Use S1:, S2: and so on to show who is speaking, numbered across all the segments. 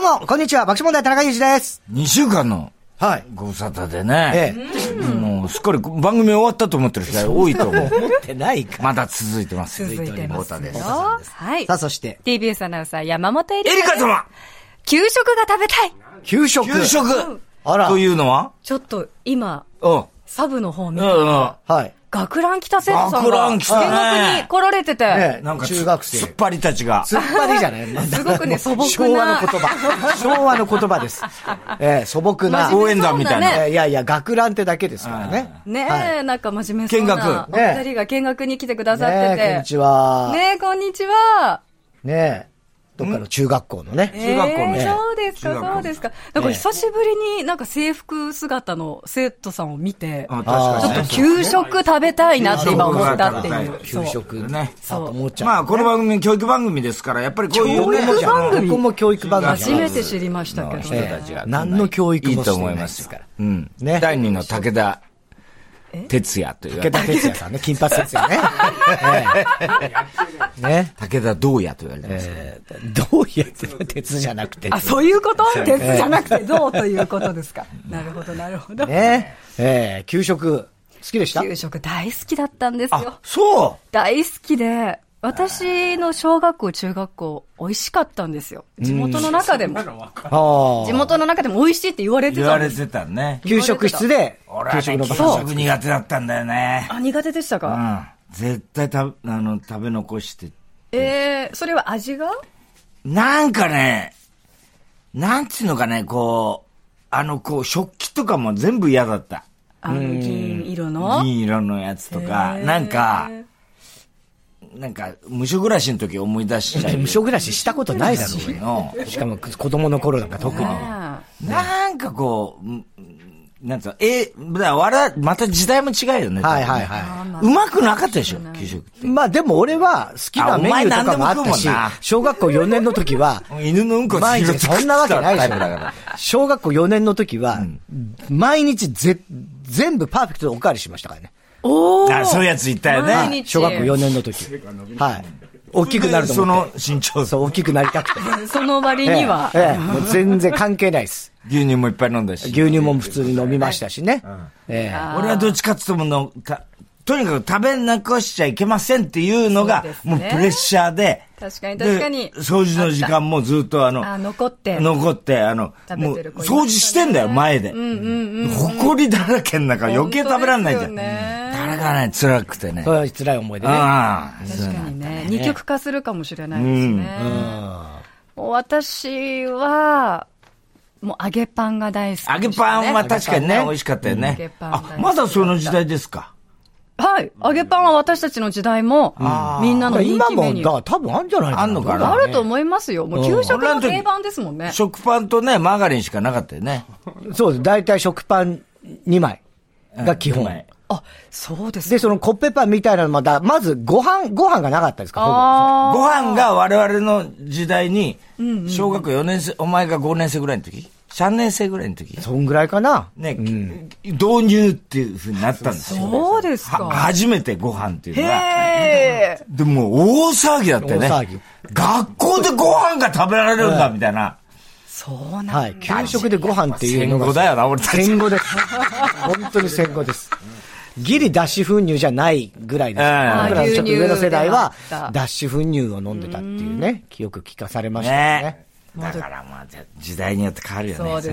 S1: も、こんにちは。爆笑問題田中裕二です。
S2: 2週間の
S1: はい。
S2: ご無沙汰でね。
S1: え
S2: もうすっかり番組終わったと思ってる人が多いと思う。
S1: 持ってないか。
S2: まだ続いてます。
S3: 続いてますよ。
S2: 太田です。
S3: はい
S1: さ。あ、そして、
S3: TBS アナウンサー山本エリ
S2: エ
S3: カ。
S2: リカ様
S3: 給食が食べたい
S1: 給食。
S2: 給食
S1: あら
S2: というのは
S3: ちょっと今、
S2: うん。
S3: サブの方見
S2: う
S3: て、
S2: んうん。
S1: はい。
S3: 学ラン来た生徒さん
S2: 学ラ
S3: が
S2: ン
S3: 見
S2: 来
S3: 学
S2: たね
S3: に来られてて、
S1: ね
S2: なんかつ
S1: 中学生
S2: 突っ張りたちが。
S1: 突っ張りじゃないまだ
S3: すごくね
S1: もう
S3: 素朴な
S1: 昭和の言葉。昭和の言葉です。ええ、素朴な。
S3: 真面
S2: 応援団みたい
S3: 目
S2: な。
S1: ええいやいや、学ランってだけですからね。
S3: ねえ、
S1: はい
S3: なんか真面目そうな
S2: 見
S3: お
S1: 学ね
S3: 二人が見学に来てくださって
S1: ね
S3: て。
S1: え、こんにちは。
S3: ねえ、こんにちは。
S1: ねえ。どっかの中学校のね。
S2: 中学校の
S3: えーそうです
S2: 中学
S3: か、
S2: 校
S3: そうですか。なんか久しぶりになんか制服姿の生徒さんを見て、
S2: あ確か
S3: ちょ
S2: に
S3: っ
S2: ね
S3: と給食食べたいなって今思ったって
S2: 給
S3: い
S2: 食
S3: う。
S2: が
S1: 給
S3: そう
S1: 食
S2: ね
S1: さあと思っちゃう。
S2: まあ、この番組、教育番組ですから、やっぱりこういうね、
S3: 教育番組
S1: ここも教育番組。
S3: 初めて知りましたけど
S2: 人
S3: ね。
S2: たちが。
S1: 何の教育も
S2: いいと
S1: して
S2: 思
S1: ないい
S2: ま
S1: ですすか
S2: か
S1: らら。
S2: うん。
S1: ね
S2: 第二の武田哲也という。
S1: 武田鉄矢さんね、金髪鉄矢 ね。ええね。
S2: 武田道也と言われてます。
S1: えーどうやって鉄じゃなくて。
S3: あ、そういうこと鉄じゃなくてどうということですか。なるほど、なるほど。
S1: ね。えー、給食、好きでした
S3: 給食大好きだったんですよ
S2: あ、。そ
S3: 大好きで、私の小学校、中学校、美味しかったんですよ。地元の中でも。
S1: あ
S3: 地元の中でも美味しいって言われ
S2: う
S3: て
S2: 言
S3: た
S2: わ
S3: んで
S2: れ
S3: す
S2: てたね。
S1: 給食室で、
S2: 俺
S1: 給
S2: は
S1: 食
S2: ね、
S1: の
S2: 給
S1: 場
S2: 食苦手だったんだよね。
S3: あ、苦手でした
S2: う
S3: か、
S2: ん。絶対た、あの、食べ残して。
S3: えー、それは味が
S2: なんかね、なんつうのかね、こう、あの、こう、食器とかも全部嫌だった。
S3: あの、銀色の
S2: 銀色のやつとか、
S3: へー
S2: なんか、なんか、無所暮らしの時思い出しちゃう。
S1: 無所暮らししたことないだろうよ。
S2: の、
S1: しかも子供の頃なんか特に。
S3: あ
S2: なんかこう、うんなんつうの、え、だから笑また時代も違うよね。
S1: はいはい
S2: 多
S1: は
S2: 分ねうまくなかったでしょ、給食って
S1: い。。まあでも俺は好きなメニューとかもあ
S2: あお
S1: った
S2: 前何でも
S1: し
S2: 食うもんな、
S1: 小学校4年の時は、
S2: 犬のうん こ
S1: 毎日
S2: 拾って
S1: そんなわけないでし
S2: 食ってたタイプだか
S1: ょ
S2: ら。
S1: 小学校4年の時は、毎日ぜ、全部パーフェクトでおかわりしましたからね。
S3: おー
S2: あそういうやついたよね
S3: 毎日
S1: 小学校4年の時。はい。大きくなると
S2: そ
S1: 思っ
S2: の
S1: て。
S2: 身長差
S1: そう、大きくなりた くて。
S3: その割には。
S1: ええええもう全然関係ないです。
S2: 牛乳もいっぱい飲んだし。
S1: 牛乳も普通に飲みましたしね。ええ
S2: 俺はどっちかっつうともの、たとにかく食べ残しちゃいけませんっていうのが、
S3: そうですね
S2: もうプレッシャーで。
S3: 確かに確かに
S2: で掃除の時間もずっとあの、
S3: あ残って
S2: 残って、あの、
S3: 食べ
S2: もう
S3: てる子いましたね
S2: 掃除してんだよ、前で。うん埃だらけの中余計食べらんないじゃん。
S3: 本当ですよね
S2: 誰がね、辛くてね。
S1: それは辛い思い出ね。
S2: ああ、
S3: 確かにね。二極化するかもしれないですね。もう私は、もう揚げパンが大好き、
S2: 揚げパンは確かにね、
S1: 揚げパンね
S2: 美味しかったよね。
S3: 揚げパン大好き
S2: あ、まだその時代ですか。
S3: はい。揚げパンは私たちの時代も、みんなの人
S1: 今
S3: 気メ
S1: も、
S3: ニ
S1: だ
S3: ュー。
S1: から多分あるんじゃないかな。
S2: あんのかな
S3: あると思いますよ。もう給食の定番ですもんね。
S2: 食パンとね、マーガリンしかなかったよ ね。
S1: そうです。大体食パン2枚が基本。
S2: うん
S3: あ、そうです
S1: で、そのコッペパンみたいなのもだ、まずご飯、ご飯がなかったですか、ほぼ。
S3: あ
S2: ご飯が我々の時代に、小学校4年生、お前が5年生ぐらいの時 ?3 年生ぐらいの時
S1: そんぐらいかな。
S2: ね、導入っていう風になったんです
S3: あ、
S2: よ。
S3: そうです
S2: は
S3: か。
S2: 初めてご飯っていう
S3: へ
S2: のは。
S3: え。
S2: でもう大騒ぎだったよね
S1: 大騒ぎ。
S2: 学校でご飯が食べられるんだ、みたいな。
S3: そうなんだ。
S1: はい。給食でご飯っていう
S2: 戦
S1: のが。
S2: 後だよな、俺たち。
S1: 戦後です。本当に戦後です。ギリ脱脂粉乳じゃないぐらいです。
S2: ええ
S1: 僕らちょっと上の世代は
S3: 牛乳でなかった
S1: 脱脂粉乳を飲んでたっていうね、記憶聞かされました
S2: ね
S1: ね。
S2: だからまあ、じゃ時代によって変わるよね。
S3: そうです
S1: え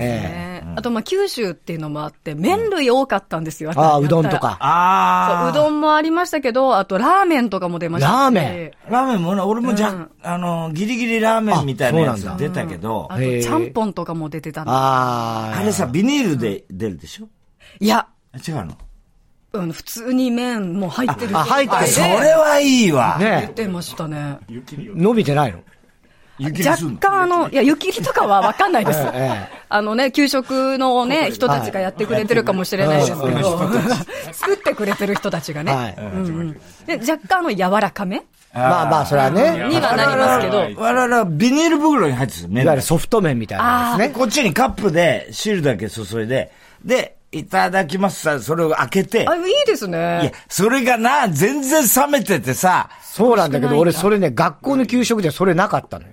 S3: ね。あと、まあ、九州っていうのもあって、麺類多かったんですよ。
S1: ああ、うどんとか。
S3: そう。
S2: ああ。
S3: うどんもありましたけど、あと、ラーメンとかも出ましたし。
S1: ラーメ
S2: ラーメンもな、俺もじゃ、あの、ギリギリラーメンみたいなや
S1: あ
S2: つ
S1: そうなん
S2: 出たけど、
S3: あ
S2: あ
S3: と、
S1: へえ
S3: ちゃんぽんとかも出てたんで
S1: ああ。
S2: れさ、ビニールで出るでしょ
S3: いや、
S2: 違うの
S3: うん、普通に麺も入ってる。
S1: あ入ってる
S2: あ、
S3: で
S2: それはいいわ。
S3: 出
S1: ね
S3: てましたね。
S1: 伸びてないの。
S2: 湯切りす
S3: 若
S2: んの
S3: 干あの、いや、湯切りとかはわかんないです。
S1: え
S3: あのね、給食のね、人たちがやってくれてるかもしれないですけ
S1: はい
S3: ど、 作ってくれてる人たちがね。
S1: はい
S3: うんうんで若干あの、柔らかめ
S1: まあまあ、それはね。
S3: にはなりますけど、
S2: 我々はビニール袋に入ってるんですよ、
S1: いわゆ
S2: 麺
S1: るソフト麺みたいなですね。
S2: こっちにカップで汁だけ注いで、で、いただきますさ、それを開けて
S3: あ、、いいです
S2: いや
S3: ね。、
S2: それがな、全然冷めててさ、
S1: そうなんだけ
S3: 少ない
S1: ど、
S3: んだ
S1: 俺それね、学校の給食ではそれなかったのよ。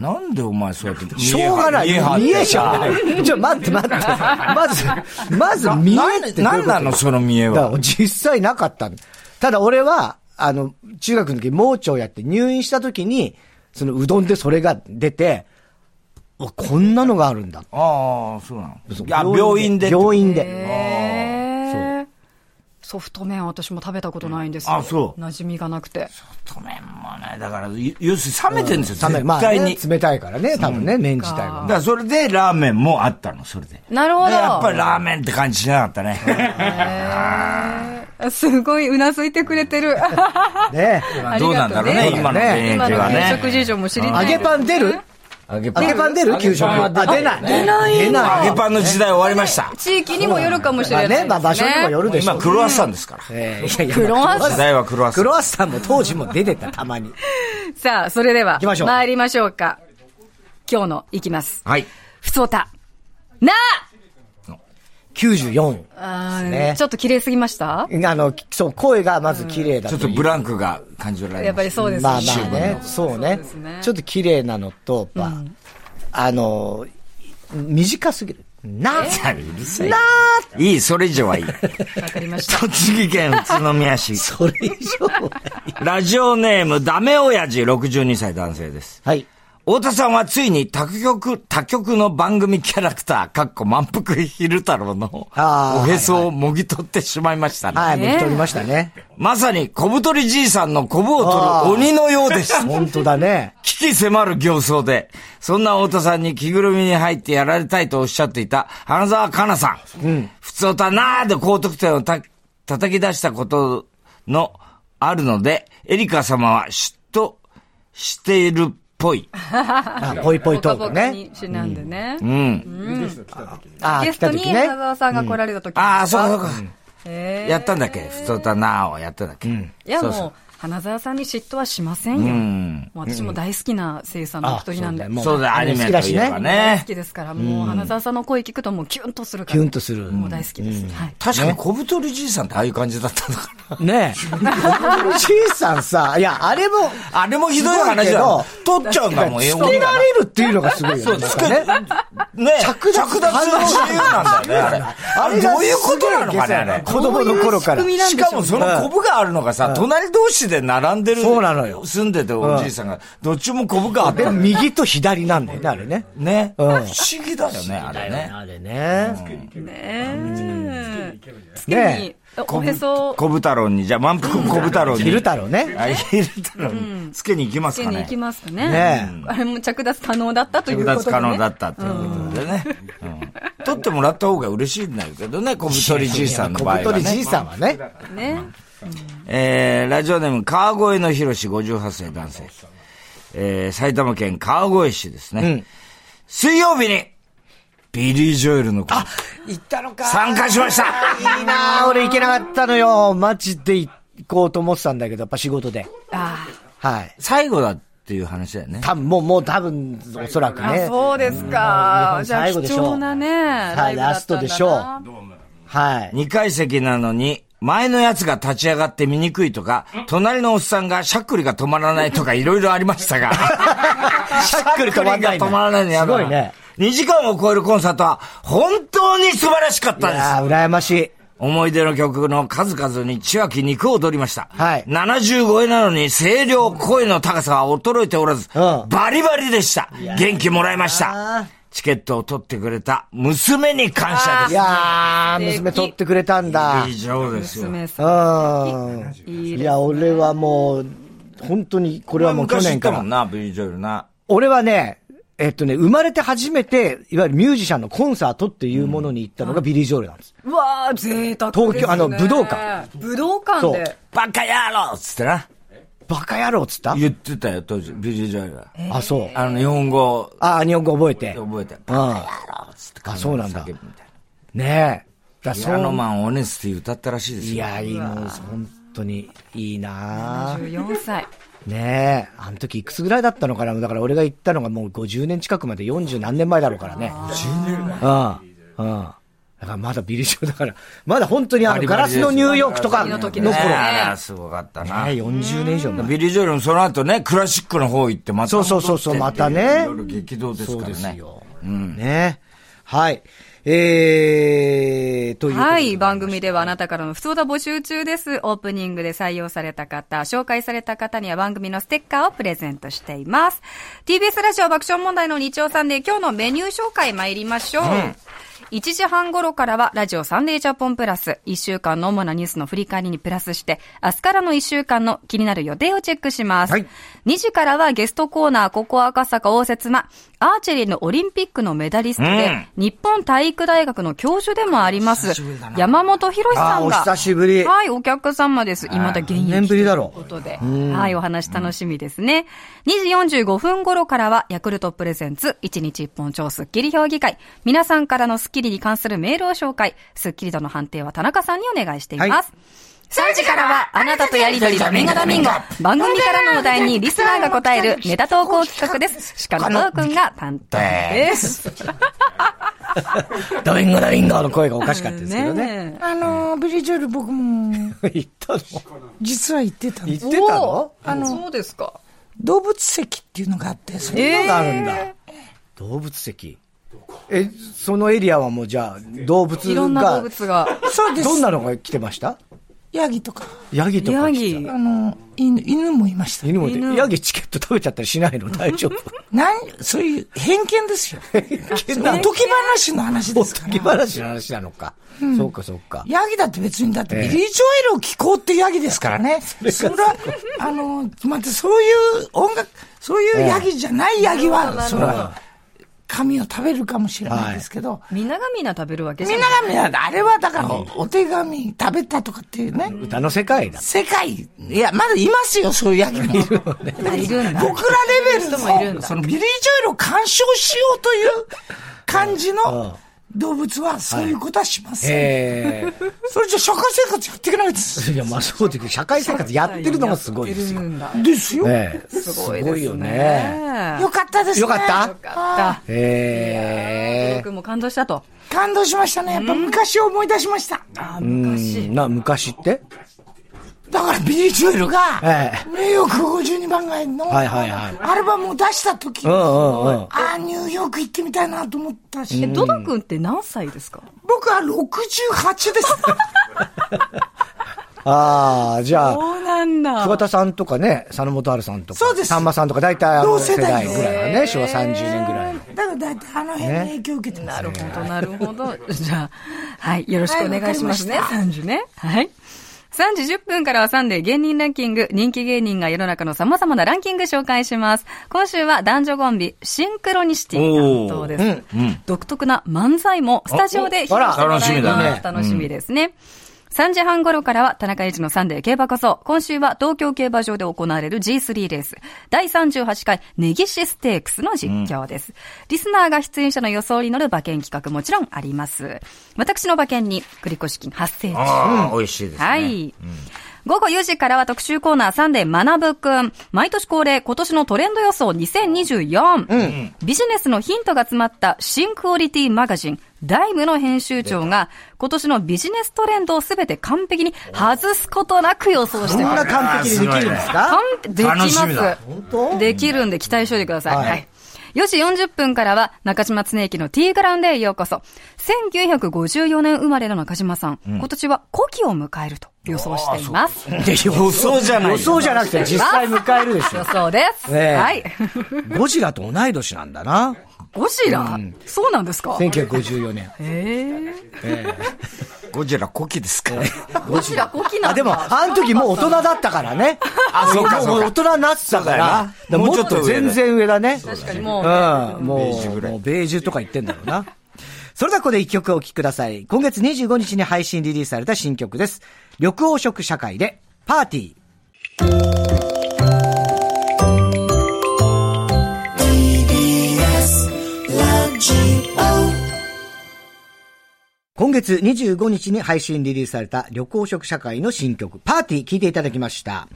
S2: なんでお前そうやって。
S1: しょうがない。
S2: 見え張っ
S1: 見
S2: て
S1: えじゃない。ちょ、待って待って。まず、まず見えってどう
S2: な
S1: いうこ
S2: なん
S1: と
S2: なのその見え
S1: だか
S2: は
S1: ら。実際なかったんだただ俺は、あの、中学の時、盲腸やって入院した時に、そのうどんでそれが出て、あこんなのがあるんだ。
S2: ああ、そうなの。いや、病院で。
S1: 病院で。
S3: へーソフト麺私も食べたことないんですよ。
S2: あそう
S3: 馴染みがなくて。
S2: 太麺もね、だから、ゆ要するに冷めてるんですよ、
S1: 冷め
S2: 絶対に。
S1: まあね冷たいからね、多分ね、麺自体
S2: だ
S1: が。
S2: からそれでラーメンもあったの、それで。
S3: なるほど
S2: でやっぱりラーメンって感じしなかったね。
S3: あすごい、うなずいてくれて る。
S1: ね
S3: ありがとね
S2: どうなんだろうね、今の現
S1: ね
S2: 役
S3: 今の
S2: は
S3: 転
S2: ね。
S3: 職事情も知りたい。
S1: 揚げパン出る
S2: 揚げ
S1: 揚げパン出る給食。あ、出ない。出ない。出
S2: 揚
S1: ない
S2: げ。パンの時代終わりました。
S3: 地域にもよるかもしれ
S1: ま
S3: な
S1: あ
S3: いです
S1: ね、
S3: ね。
S1: まあ場所にもよるでしょ
S2: 今、
S1: う。
S2: クロワッサンですから。
S1: えーいやいや
S3: クロワッサン
S2: 時代はクロワッサ
S1: ク
S2: ン。
S1: ロワッサンも当時も出てた、たまに。
S3: さあ、それでは、
S1: 行きましょう
S3: 参りましょうか。今日の、いきます。
S2: はい。
S3: ふつおた。な
S1: 94。
S3: あ、
S1: ね
S3: ちょっと綺麗すぎました
S1: あの、そう、声がまず綺麗だ
S2: ちょっ
S1: と
S2: と
S1: いう
S2: ブランクが感じられます。
S3: やっぱりそうですね。
S1: まあまあね、そうね
S3: です。
S1: ちょっと綺麗なのと、まああの、短すぎる。な、
S2: うるさい
S1: な。
S2: いい、それ以 上はいい。
S3: わかりました。
S2: 栃木県宇都宮市。
S1: それ以上は。
S2: ラジオネーム、ダメ親父、62歳男性です。
S1: はい。
S2: 太田さんはついに他局、他局の番組キャラクター、かっこ満腹昼太郎の
S1: あー
S2: おへそをもぎ取ってしまいましたね。
S1: はい、
S3: ね
S1: もう取りましたね。
S2: まさに小太りじいさんのコブを
S1: あー
S2: 取 る鬼のようでした。
S1: 本当だね。
S2: 危機迫る形相で、そんな太田さんに着ぐるみに入ってやられたいとおっしゃっていた花沢香菜さん。うん。普通だなーで高得点をた叩き出したことのあるので、エリカ様は嫉妬しているっぽい。
S1: あ、ぽいぽい
S3: ぽ
S1: ト
S3: か
S1: ー
S3: ぽ
S1: ク
S3: か
S1: ね。
S3: にちなんでね。
S2: うん。
S1: あ、
S3: ゲ
S1: 来
S3: スト
S1: た
S3: に
S1: 時
S3: 花
S1: ね。
S3: 澤さんが来られた時
S2: ああ、そうかそうか。
S3: へー
S2: やったんだっけ普通だなーをやったんだっけ、
S3: いや
S2: そ
S3: も
S2: う
S3: う
S2: そう
S3: 花澤さんに嫉妬はしませんよ。
S2: ん
S3: もう私も大好きな声優さんのお
S1: あ、
S3: 一人なんで。
S1: そうだよも
S2: そうだ、アニメ
S1: 好きだ
S2: とい
S1: し
S2: えば
S1: ね。
S3: 大好
S2: ね。
S3: きですから、もう花澤さんの声聞くともうキュンとするか
S1: キ
S3: ら。
S1: ュンとする。
S3: もう大好きです。はい。
S2: 確かに小太りじいさんってああいう感じだったのかな。
S1: ねえ。 じいさんさ、いや、あれも、
S2: あれもひどい話だよ。取っちゃうんだもん、英
S1: つけられるっていうのがすごいよね。
S2: そう
S1: なんかね
S2: ね 着
S1: 着
S2: 脱
S1: 脱
S2: の自由なんだよね、あれ。あれどういうことなのかね、あれ。
S1: 子供の頃から。
S3: どういう仕組みなん
S2: し
S3: で
S2: か
S3: しょう
S2: もそのコブがあるのがさ、隣同士で並んでる。
S1: そうなのよ
S2: 住んでておじいさんが、どっちもコブがあっ
S1: で
S2: た
S1: も
S2: の
S1: 右と左なんだよね、あれね。
S2: ね。不
S1: ん
S2: 思議だよね、あれね。
S1: あれね。
S3: ねえ。月
S1: ね
S3: に、おへそを
S2: コブ太郎に、じゃあ満腹コブ太郎に。
S1: 昼太郎ね。
S2: あ。昼太郎に。つけに行きます
S3: つけ
S2: か
S3: に行
S2: ね
S3: き。ますかね。
S1: ねえ
S3: あれも着脱可能だったという
S2: 着
S3: ことで、ね。
S2: 脱可能だったということでね。うん取ってもらった方が嬉しいんだけどね、小太りじいさんの場合はね。
S1: 小太りじいさんはね。
S3: ね。
S2: えーラジオネーム、川越の広し58歳男性。えー埼玉県川越市ですね。水曜日に、ビリー・ジョエルのあ、
S1: 行ったのか。
S2: 参加しました
S1: いいなあ俺行けなかったのよ。マジで行こうと思ってたんだけど、やっぱ仕事で。
S3: あ
S1: はい。
S2: 最後だっていう話だよね。
S1: 多分、もう、もう多分、おそらく
S3: あ、
S1: ね。
S3: そうですか。
S1: うん
S3: じゃあ、
S1: 最後で
S3: 貴
S1: しょう
S3: 重なね、ライブだったんだな
S1: ラストでしょうはい。
S2: 2階席なのに、前のやつが立ち上がって見にくいとか、隣のおっさんがしゃっくりが止まらないとかいろいろありまし たが、しゃっくりが止まらないのやだな
S1: すごいね。
S2: 2時間を超えるコンサートは本当に素晴らしかっ
S1: い
S2: たです。
S1: やー羨ましい。
S2: 思い出の曲の数々に千秋肉を踊りました。
S1: はい
S2: 75位なのに声量、声の高さは衰えておらず、
S1: うん
S2: バリバリでした。元気もらいまし
S1: あー。
S2: たチケットを取ってくれた娘に感
S1: い
S2: 謝です。
S1: やー、娘取ってくれたんだ。
S2: 以上ですよ。
S3: 娘さん。
S1: うん。
S3: いい
S1: い
S3: です
S1: や、俺はもう、本当に、これはもう去
S2: 昔言
S1: 年
S2: っ
S1: か
S2: たも
S1: ら
S2: ん。な、ビリー・ジョエルな。
S1: 俺はね、えっとね、生まれて初めて、いわゆるミュージシャンのコンサートっていうものに行ったのがビリー・ジョールなんです。
S3: うわー、贅沢です、ね。
S1: 東京あの武道館。
S3: 武道館で。
S2: バカ野郎っつってな。
S1: バカ野郎っつった
S2: 言ってたよ、当時、ビリー・ジョエルは。
S1: あ、そう。
S2: あの、日本語
S1: あ、日本語覚えて。
S2: 覚えて。
S1: うん。
S2: あつって
S1: あそうなんだ
S2: 叫ぶみたいな
S1: ねえ。だ
S2: ピ
S1: そ
S2: アノ
S1: う。
S2: マン、オネスティ歌ったらしいですよ。
S1: いや、いいもう本当にいいなあ
S3: 14歳。
S1: ねえ。あの時いくつぐらいだったのかなだから俺が行ったのがもう50年近くまで40何年前だろうからね。
S2: 10年
S1: うん。うん。やだからまだビリ症だから、まだ本当にあの、ガラスのニューヨークとかの頃。
S2: ねあらすごかったな。
S1: ね40年以上前。
S2: ビリー・ジョエルもその後ね、クラシックの方行って、また
S1: そうそうそうそうまたね
S2: いろいろ激動です
S1: そう
S2: から
S1: で
S2: ね。
S1: すよ。ね。はい。えー、ということで
S3: はい。番組ではあなたからの普通歌募集中です。オープニングで採用された方、紹介された方には番組のステッカーをプレゼントしています。TBS ラジオ爆笑問題の日曜さんで今日のメニュー紹介参りましょう。1時半頃からはラジオサンデージャポンプラス1週間の主なニュースの振り返りにプラスして明日からの1週間の気になる予定をチェックします、
S1: はい
S3: 2時からはゲストコーナーここ赤坂応接間アーチェリーのオリンピックのメダリストで、日本体育大学の教授でもあります
S2: 久しぶりだな
S3: 山本博さんが
S1: あーお久しぶり
S3: はいお客様です今だ現役
S1: 何年ぶりだろう
S3: ということで、はい、お話楽しみですね。2時45分頃からは、ヤクルトプレゼンツ、1日1本超スッキリ評議会。皆さんからのスッキリに関するメールを紹介。スッキリとの判定は田中さんにお願いしています。
S1: はい
S3: 3時からは、あなたとやりとりのメガダミンゴ。番組からのお題にリスナーが答えるネタ投稿企画です。鹿野くんが担当です。
S1: ドリンゴドリンゴの声がおかしかったですけどね。
S3: え
S4: あのー、ビリージョエル僕も、
S1: 言ったの
S4: 実は行ってたん
S1: 言
S4: です。
S1: ってたの
S3: あの、そうですか。
S4: 動物席っていうのがあって、それ
S1: そんなのがあるんだ。動物席。え、そのエリアはもうじゃあ、動物
S3: いろんな動
S1: が、
S3: 物が。
S4: そうです。
S1: どんなのが来てました
S4: ヤギとか、
S1: ヤギとか
S3: ヤ
S1: 来てた
S3: ギ。
S4: あの、犬、犬もいました。
S1: 犬もいて、ヤギチケット食べちゃったりしないの大丈 夫
S4: なん、そういう偏見ですよ。
S1: 変
S4: おとぎ話の話ですか
S1: おとぎ
S4: ら。
S1: 話の話なのか。そうかそうか。
S4: ヤギだって別に、だってビリー・ジョエルを聞こうってヤギですからね。それは、あの、またそういう音楽、そういうヤギじゃないヤギは、それは、髪を食べるかもしれないですけど、
S3: みんながみんな食べるわけ
S4: み
S3: じゃ
S4: ん
S3: な。
S4: ないがみんな、あれはだから、お手紙食べたとかっていうね。
S1: 歌の世界だ。
S4: 世界、いや、まだいますよ、そういうヤギも。
S3: あいるんだ。
S4: 僕らレベル
S3: もいるん
S4: の、
S3: だ
S4: そのビリー・ジョエルを鑑賞しようという感じの動物は、そういうことはしません。
S1: え
S4: それじゃ社会生活やっていけないです。
S1: えいや、まあそうですけど、社会生活やってるのがすごいですよ。
S4: ですよ。
S1: ええ
S3: す
S1: す
S3: ごい
S1: ご
S3: で
S1: い
S3: す
S1: よ
S3: ね
S1: ね。。
S4: よかったですね。
S1: よかった
S3: だ。
S1: え
S3: 僕も感動したと。
S4: 感動しましたね。やっぱ昔を思い出しました。
S3: あ、
S1: え
S3: 昔。
S1: うんな、昔って
S4: だからビリー・ジョエルが、
S1: え
S4: ニューヨーク52番街の
S1: はいはいはい
S4: アルバムを出した時、
S1: うん
S4: あ
S1: うんうん。
S4: あ、ニューヨーク行ってみたいなと思ったし、
S3: え、ドド君って何歳ですか
S4: 僕は68です。
S1: ああ、じゃあ、
S3: うなんだ
S1: 桑田さんとかね、佐野元春さんとか、
S4: そうです
S1: さんまさんとか、大体あの
S4: 同
S1: 世
S4: 世
S1: 代
S4: 代で
S1: ぐ
S4: す
S1: らいはね、昭和30年ぐらいの。
S4: だから大体あの辺に影響を受けてます。
S3: なるほど、なるほど。じゃあ、はい、よろしくお願いしますね、
S4: はいわ
S3: 3時ね。はい。3時10分からはサンデー芸人ランキング、人気芸人が世の中の様々なランキング紹介します。今週は男女コンビ、シンクロニシティ担当です。独特な漫才もスタジオで披露してもらいます。
S2: ああら楽しみだね
S3: 楽しみですね。3時半頃からは田中英二のサンデー競馬こそ、今週は東京競馬場で行われる G3 レース、第38回ネギシステークスの実況です。リスナーが出演者の予想に乗る馬券企画もちろんあります。私の馬券に繰越金発生中。
S2: ああ、美味しいですね。
S3: はい。午後4時からは特集コーナーサンデー学ぶくん。毎年恒例、今年のトレンド予想2024。ビジネスのヒントが詰まった新クオリティマガジン、ダイムの編集長が、今年のビジネストレンドをすべて完璧に外すことなく予想して
S1: こん
S3: ます。
S1: な完璧にできるんですか
S3: 完璧できま
S2: 楽しみだ
S3: す。できるんで期待しといてください。
S1: はい
S3: はい4時40分からは中島恒之の T グラウンドへようこそ。1954年生まれの中島さん、今年は古希を迎えると予想しています。予
S2: 予想じゃないよ。
S1: 予想じゃなくて、実際迎えるで しょ。
S3: 想です。
S1: ねえ
S3: はい。
S1: ゴジラと同い年なんだな。
S3: ゴジラそうなんですか
S1: 1954年。
S2: ゴジラ古希ですから。
S3: ゴジラ古希な
S1: あ、
S3: んだ。
S1: でも、あの時もう大人だったからね。
S2: あそうかそうか
S1: もう大人になってたから。
S2: そうだよな
S1: もうちょっと全然上だね。
S3: 確かにもう、
S1: うん、もう、
S2: ベージュぐらい
S1: もうベージュとか言ってんだろうな。 それではここで一曲お聴きください。今月25日に配信リリースされた新曲です。緑黄色社会で、パーティー。今月25日に配信リリースされた旅行色社会の新曲、パーティー聴いていただきました。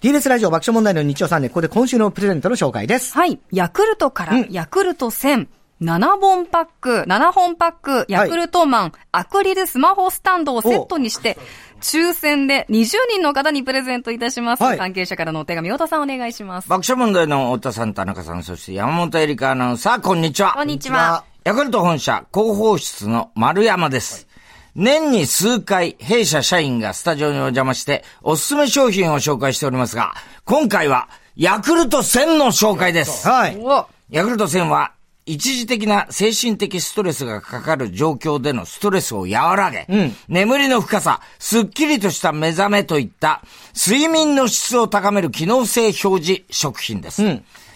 S1: TBS ラジオ爆笑問題の日曜3年、ここで今週のプレゼントの紹介です。
S3: はい。ヤクルトから、ヤクルト1000。 7本パック、7本パック、ヤクルトマン、アクリルスマホスタンドをセットにして、抽選で20人の方にプレゼントいたします。
S1: はい
S3: 関係者からのお手紙、太田さんお願いします。
S2: 爆笑問題の太田さん、田中さん、そして山本エリカアナウンサー、こんにちは。
S3: こんにちは。
S2: ヤクルト本社広報室の丸山です。年に数回、弊社社員がスタジオにお邪魔して、おすすめ商品を紹介しておりますが、今回は、ヤクルト1000の紹介です。
S1: はい。
S3: お
S2: ヤクルト1000は、一時的な精神的ストレスがかかる状況でのストレスを和らげ、眠りの深さ、すっきりとした目覚めといった、睡眠の質を高める機能性表示食品です。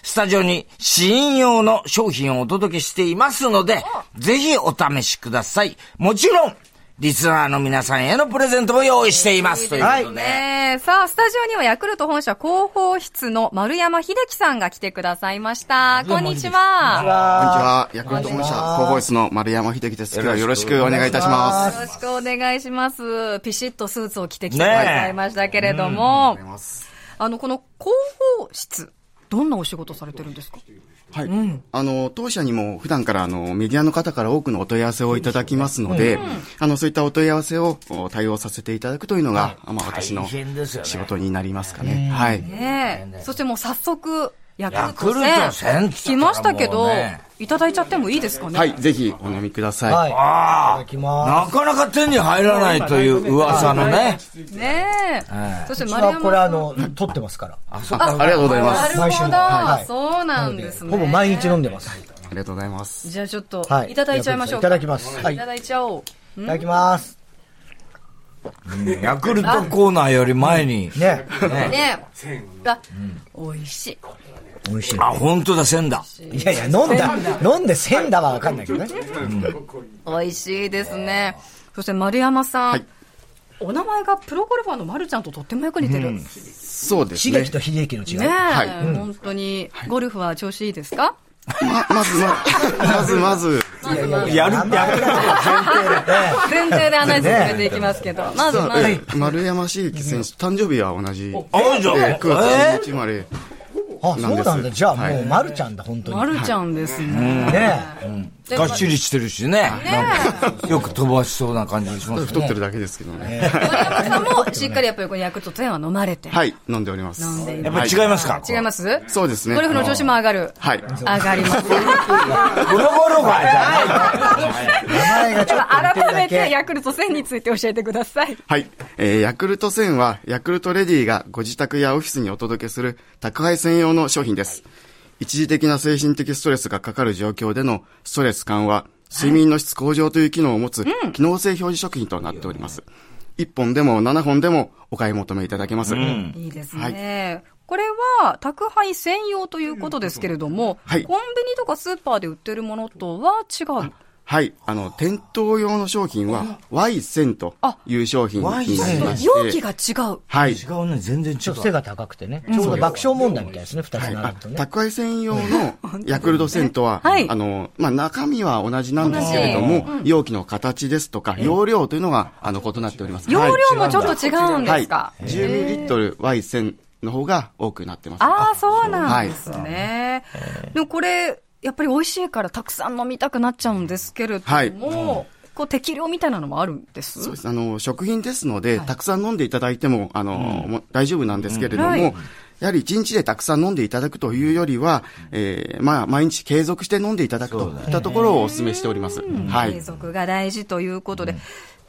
S2: スタジオに試飲用の商品をお届けしていますので、ぜひお試しください。もちろん、リスナーの皆さんへのプレゼントも用意しています。ということで。
S3: ねえさあ、スタジオにはヤクルト本社広報室の丸山秀樹さんが来てくださいました。こんにちは。
S5: こんにちは。ヤクルト本社広報室の丸山秀樹です。今日はよろしくお願いいたします。
S3: よろしくお願いします。ピシッとスーツを着てきてく
S2: ねえ
S3: ださいましたけれども、
S5: ありがとうございます
S3: あの、この広報室、どんなお仕事されてるんですか
S5: はい。あの、当社にも普段からあの、メディアの方から多くのお問い合わせをいただきますので、あの、そういったお問い合わせをお対応させていただくというのが、まあ私の
S2: 大変ですよね
S5: 仕事になりますかね。はい。
S3: ねえ、そしてもう早速、ヤクルト
S2: ヤクルト
S3: 1000
S2: 1000
S3: 来ましたけど、
S2: もうね
S3: いただいちゃってもいいですかね。
S5: はい。ぜひお飲みください。
S1: はい。い
S2: あ
S1: ただ
S2: あ
S1: きま
S2: なかなか手に入らないという噂のね。
S3: ねえ。そして
S1: す。うち
S3: 丸
S1: は
S3: 山
S1: これ
S3: さ
S1: あ
S3: ん。
S1: の、撮ってますから。あ
S5: あありがとうございます。
S3: なるほど、
S1: はい
S3: そうなんですね。
S1: ほぼ毎日飲んでます。
S5: ありがとうございます。
S3: じゃあちょっと、、
S1: はいい
S3: ただいちゃいましょうか。
S1: いただきますはい
S3: いただいちゃおう。
S1: いただきます。
S2: ヤクルトコーナーより前に。
S1: ね。
S2: ね
S3: ねえ。あ、美味しい。
S1: 美味しい。
S2: あ、本当だ、千だ。
S1: いやいや、飲んだ、飲んで1000だはわかんないけどね。
S3: 美味しいですね。そして丸山さん。
S5: はい
S3: お名前がプロゴルファーの丸ちゃんととってもよく似てる。ね
S5: そうです
S1: 刺
S5: ね
S1: 激。と悲劇の違
S3: え、
S1: い。
S5: はい
S3: 本当に、ゴルフは調子いいですか、
S5: ま、まずま、 まずまず、
S2: やるってやる
S3: 前提で話進めていきますけど。まず、まず、
S5: ええ丸山茂樹選手、誕生日は同じ。
S2: あじゃあ
S5: で9月1日生まれ。
S1: あ、そうなんだ。じゃあも
S5: は
S1: う、
S5: い
S1: まるちゃんだ、本当に。
S3: 丸ちゃんですね。
S1: ね
S3: で
S2: がっちりしてるしね。なんかよく飛ばしそうな感じがします
S5: 太
S2: ね
S5: って。るだけですけどね。
S3: 丸山さんもしっかりやっぱりこのヤクルト1000は飲まれて。
S5: はい、飲んでおります。
S3: 飲んでい
S2: やっぱ
S5: は
S2: り違いますか
S3: 違います
S5: そうですね
S3: ゴルフの調子も上がる。
S5: はい。
S3: 上がり ます。
S2: プロゴルファーじゃない。
S1: 名前がち
S3: で
S1: ょっ
S3: は
S1: と似てる
S3: 改め
S1: だ
S3: て
S1: け。
S3: ヤクルト1000について教えてください。
S5: はい。えー、ヤクルト1000は、ヤクルトレディがご自宅やオフィスにお届けする宅配専用の商品です。一時的な精神的ストレスがかかる状況でのストレス緩和、睡眠の質向上という機能を持つ、機能性表示食品となっております。1本でも7本でもお買い求めいただけます。
S3: いいですね。これは宅配専用ということですけれども、
S5: はい
S3: コンビニとかスーパーで売ってるものとは違う。
S5: はい。あの、店頭用の商品は Y1000 という商品になりまして。
S3: 容器が違う。
S5: はい。
S2: 違うね、全然違
S1: ちょっと
S2: う。
S1: 背が高くてね。ちょうど爆笑問題みたいですね、二つ並ぶとね。
S5: 宅配専用のヤクルト銭湯は、
S3: はい
S5: あの、まあ、中身は同じなんですけれども、容器の形ですとか、容量というのが、あの、異なっております。
S3: 容量もちょっと違うんですか。
S5: はい。10ミリリットル Y1000 の方が多くなってます。
S3: ああ、そうなんですね。でもこれ、やっぱり美味しいからたくさん飲みたくなっちゃうんですけれども、
S5: はい
S3: こう適量みたいなのもあるんです。
S5: そうですあの食品ですので、たくさん飲んでいただいてもあの、もう大丈夫なんですけれども、
S3: はい
S5: やはり1日でたくさん飲んでいただくというよりは、えーまあ、毎日継続して飲んでいただくといったところをお勧めしております。は
S3: 継
S5: い、
S3: 続が大事ということで、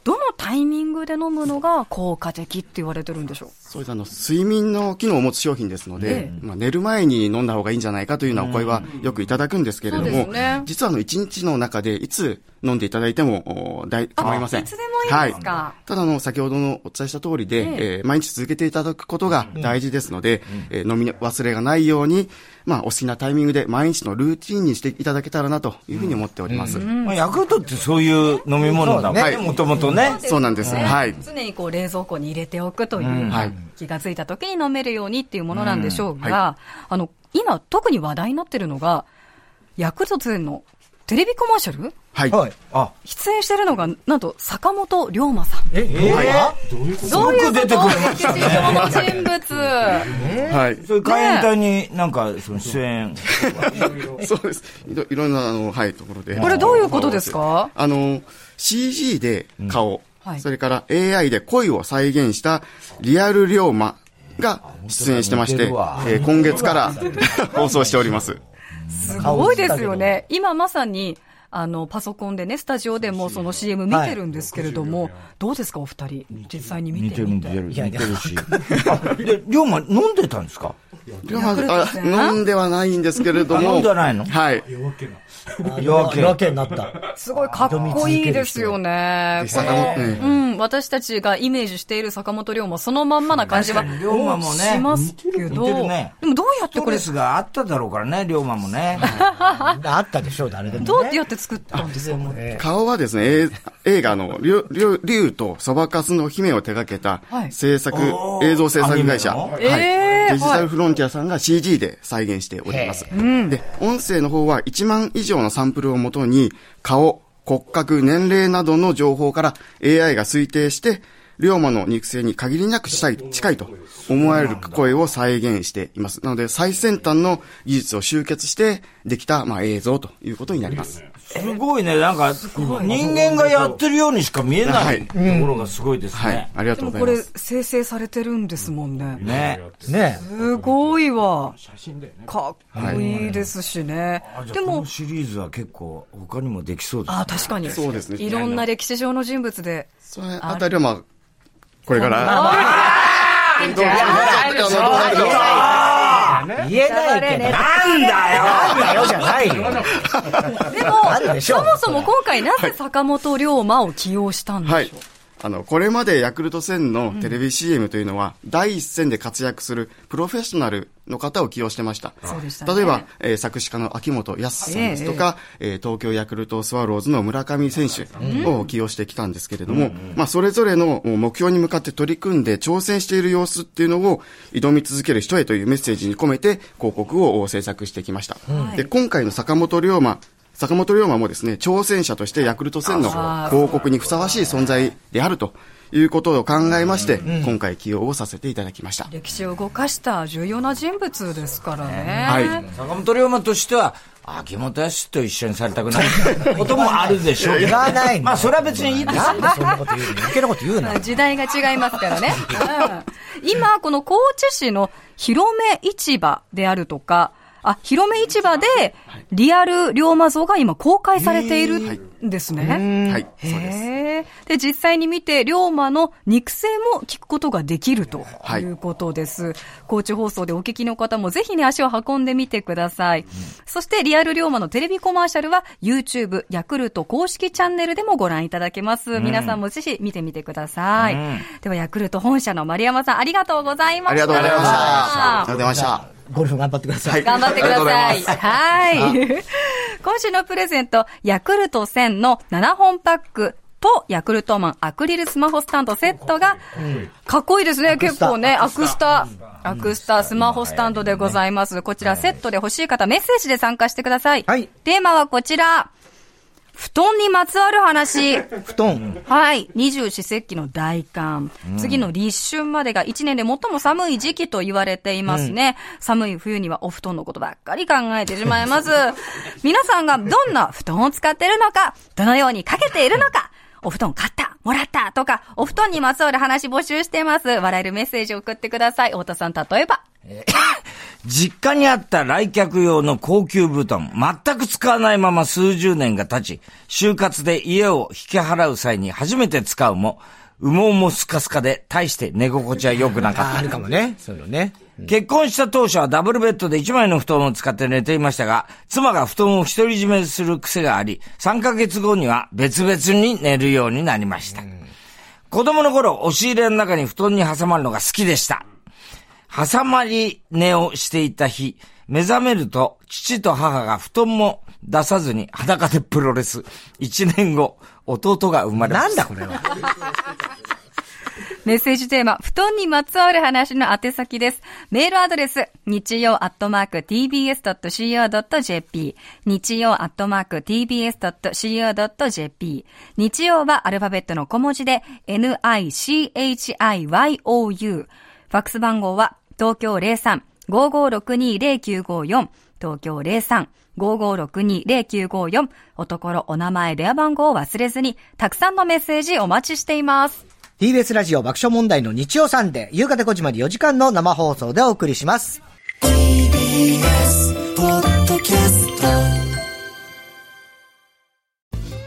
S3: どのタイミングで飲むのが効果的って言われてるんでしょう
S5: そうですあの睡眠の機能を持つ商品ですので、
S3: え
S5: まあ、寝る前に飲んだ方がいいんじゃないかというようなお声はよくいただくんですけれど
S3: そうです
S5: も、
S3: ね
S5: 実はあの1日の中でいつ飲んでいただいてもお大構いませ
S3: い
S5: ん。
S3: つでもいいですか
S5: はい、ただあの先ほどのお伝えした通りで、えー毎日続けていただくことが大事ですので、えー飲み忘れがないように、まあ、お好きなタイミングで毎日のルーティンにしていただけたらなというふうに思っております。
S2: まあヤクルトってそういう飲み物だもん
S1: そう
S2: ね、
S5: ね
S2: もともとね。
S5: そうなんです。はい。
S3: 常にこう冷蔵庫に入れておくという、
S5: はい
S3: 気がついた時に飲めるようにっていうものなんでしょうが、
S5: うんは
S3: あの今特に話題になってるのがヤクルト2のテレビコマーシャル
S5: はい。
S1: はい。
S2: あ、
S3: 出演してるのが、なんと、坂本龍馬さん。
S6: え、どういうこと
S3: どういうこと
S2: 出てくれましたね
S3: 歴史上の人物。
S5: はい。
S2: それ海援隊になんか、その出演。
S5: そうです。いろいろんな、あの、はい、ところで。
S3: これどういうことですか
S5: あの、CG で顔、
S3: はい
S5: それから AI で声を再現したリアル龍馬が出演してまして、
S2: 似
S5: え
S2: てるわ
S5: ー今月から放送しております。
S3: すごいですよね。今まさに、あの、パソコンでね、スタジオでもその CM 見てるんですけれども、どうですか、お二人。実際に見
S2: 似
S3: て
S2: てる、
S3: みて。
S2: 似てる、似てるし。あで、龍馬飲んでたんですか
S5: 龍馬あ飲んではないんですけれど
S2: あ
S5: も。
S2: 飲んではないの
S5: はい。
S2: 夜明け
S6: 夜明けになった。
S3: すごいかっこいいですよね。こ
S5: 坂
S3: の
S5: 本、
S3: う
S5: ええ
S3: ん、私たちがイメージしている坂本龍馬、そのまんまな感じは
S2: 龍馬もね
S3: しますけ
S2: 似
S3: ど、
S2: てるね
S3: でもどうやって
S2: スト
S3: こ
S2: レ
S3: れ、
S2: スがあっただろうからね、龍馬もね。
S6: あったでしょ、誰でも。
S3: どうやって作ったんですか
S5: 顔はですね、えー映画の竜竜竜とそばかすの姫を手掛けた
S3: はい
S5: 制作、映像制作会社、
S2: アニメの
S5: はい
S3: えー
S5: デジタルフロンティアさんが CG で再現しております。で、音声の方は1万以上のサンプルをもとに、顔、骨格、年齢などの情報から AI が推定して、龍馬の肉声に限りなく近い近いと思われる声を再現しています。なので、最先端の技術を集結してできた、まあ、映像ということになります。
S2: すごいね、なんか、人間がやってるようにしか見えな
S5: はいい
S2: ところがすごいです
S5: はい
S2: ね。。
S5: ありが
S3: で
S5: とう
S3: も
S5: ござ
S3: こ
S5: いま
S3: れ
S5: す。、
S3: 生成されてるんですもんね。
S2: ね。
S6: ね
S3: すごいわ。かっこいいですしね。
S2: で
S3: で
S2: も、こ
S3: も
S2: の、シリーズは結構他にもできそうです。
S3: あ、確かに。
S5: そうですね
S3: いろんな歴史上の人物で。
S5: それあたりはまあ、これから。
S6: え。
S5: どうぞどうぞどうぞ
S6: 言えないけど。
S2: なんだよ
S6: あったよじゃないよ。
S3: で
S6: ある
S3: も、
S6: でしょ
S3: そもそも今回なぜ坂本龍馬を起用したんでしょう、
S5: はい。あの、これまでヤクルト1000のテレビ CM というのは、第一線で活躍するプロフェッショナルの方を起用してました。
S3: そうでしたね
S5: 例えば、えー作詞家の秋元康さんですとか、えー東京ヤクルトスワローズの村上選手を起用してきたんですけれども、まあ、それぞれの目標に向かって取り組んで挑戦している様子っていうのを挑み続ける人へというメッセージに込めて広告を制作してきました。で、今回の坂本龍馬、坂本龍馬もですね、挑戦者としてヤクルト1000の広告にふさわしい存在であるということを考えまして、今回起用をさせていただきました。
S3: 歴史を動かした重要な人物ですからね。
S5: はい。
S2: 坂本龍馬としては、秋元康と一緒にされたくない こともあるでしょうけど
S6: 言わない の
S2: まあ、それは別にいいですよ。
S6: なんでそんなこと言うの余計なこと言うな。
S3: 時代が違いますからね。うん今、この高知市の広め市場であるとか、あ、広め市場でリアル龍馬像が今公開されているんですね。
S5: はい、そうです。
S3: へえ。で、実際に見て、龍馬の肉声も聞くことができると
S5: はい
S3: いうことです。高知放送でお聞きの方もぜひね、足を運んでみてください。そして、リアル龍馬のテレビコマーシャルは、YouTube、ヤクルト公式チャンネルでもご覧いただけます。皆さんもぜひ見てみてください。では、ヤクルト本社の丸山さん、ありがとうございました。
S5: ありがとうございました。ありがとうございました。
S6: ゴルフ頑張ってください。
S3: 頑張ってくだ
S5: あ
S3: さ
S5: り
S3: い。
S5: がとうございます
S3: はい。 今週のプレゼント、ヤクルト1000の7本パック。と、ヤクルトマンアクリルスマホスタンドセットが、かっこいいですね。結構ね、アクスタ、アクスタスマホスタンドでございます。こちらセットで欲しい方、メッセージで参加してください。
S6: はい
S3: テーマはこちら。布団にまつわる話。
S6: 布団。
S3: はい。二十四節気の大寒。次の立春までが一年で最も寒い時期と言われていますね。寒い冬にはお布団のことばっかり考えてしまいます。 皆さんがどんな布団を使っているのか、どのようにかけているのか、お布団買った、もらったとか、お布団にまつわる話募集してます。笑えるメッセージを送ってください。太田さん、例えば。
S2: 実家にあった来客用の高級布団、全く使わないまま数十年が経ち、就活で家を引き払う際に初めて使うも、羽毛もスカスカで、大して寝心地は良くなか
S6: あ
S2: っ
S6: る
S2: た。
S6: かもね。そういうのね。
S2: 結婚した当初はダブルベッドで一枚の布団を使って寝ていましたが、妻が布団を独り占めする癖があり、3ヶ月後には別々に寝るようになりました。子供の頃、押し入れの中に布団に挟まるのが好きでした。挟まり寝をしていた日、目覚めると、父と母が布団も出さずに裸でプロレス。一年後、弟が生まれま
S6: な
S2: し
S6: ん
S2: た
S6: だ。これは。
S3: メッセージテーマ、布団にまつわる話の宛先です。メールアドレス、日曜アットマーク tbs.co.jp。日曜アットマーク tbs.co.jp。日曜はアルファベットの小文字で、nichiyou。ファックス番号は、東京03-5562-0954。東京03-5562-0954。おところ、お名前、電話番号を忘れずに、たくさんのメッセージお待ちしています。
S6: TBS ラジオ爆笑問題の日曜サンデー、夕方5時まで4時間の生放送でお送りします。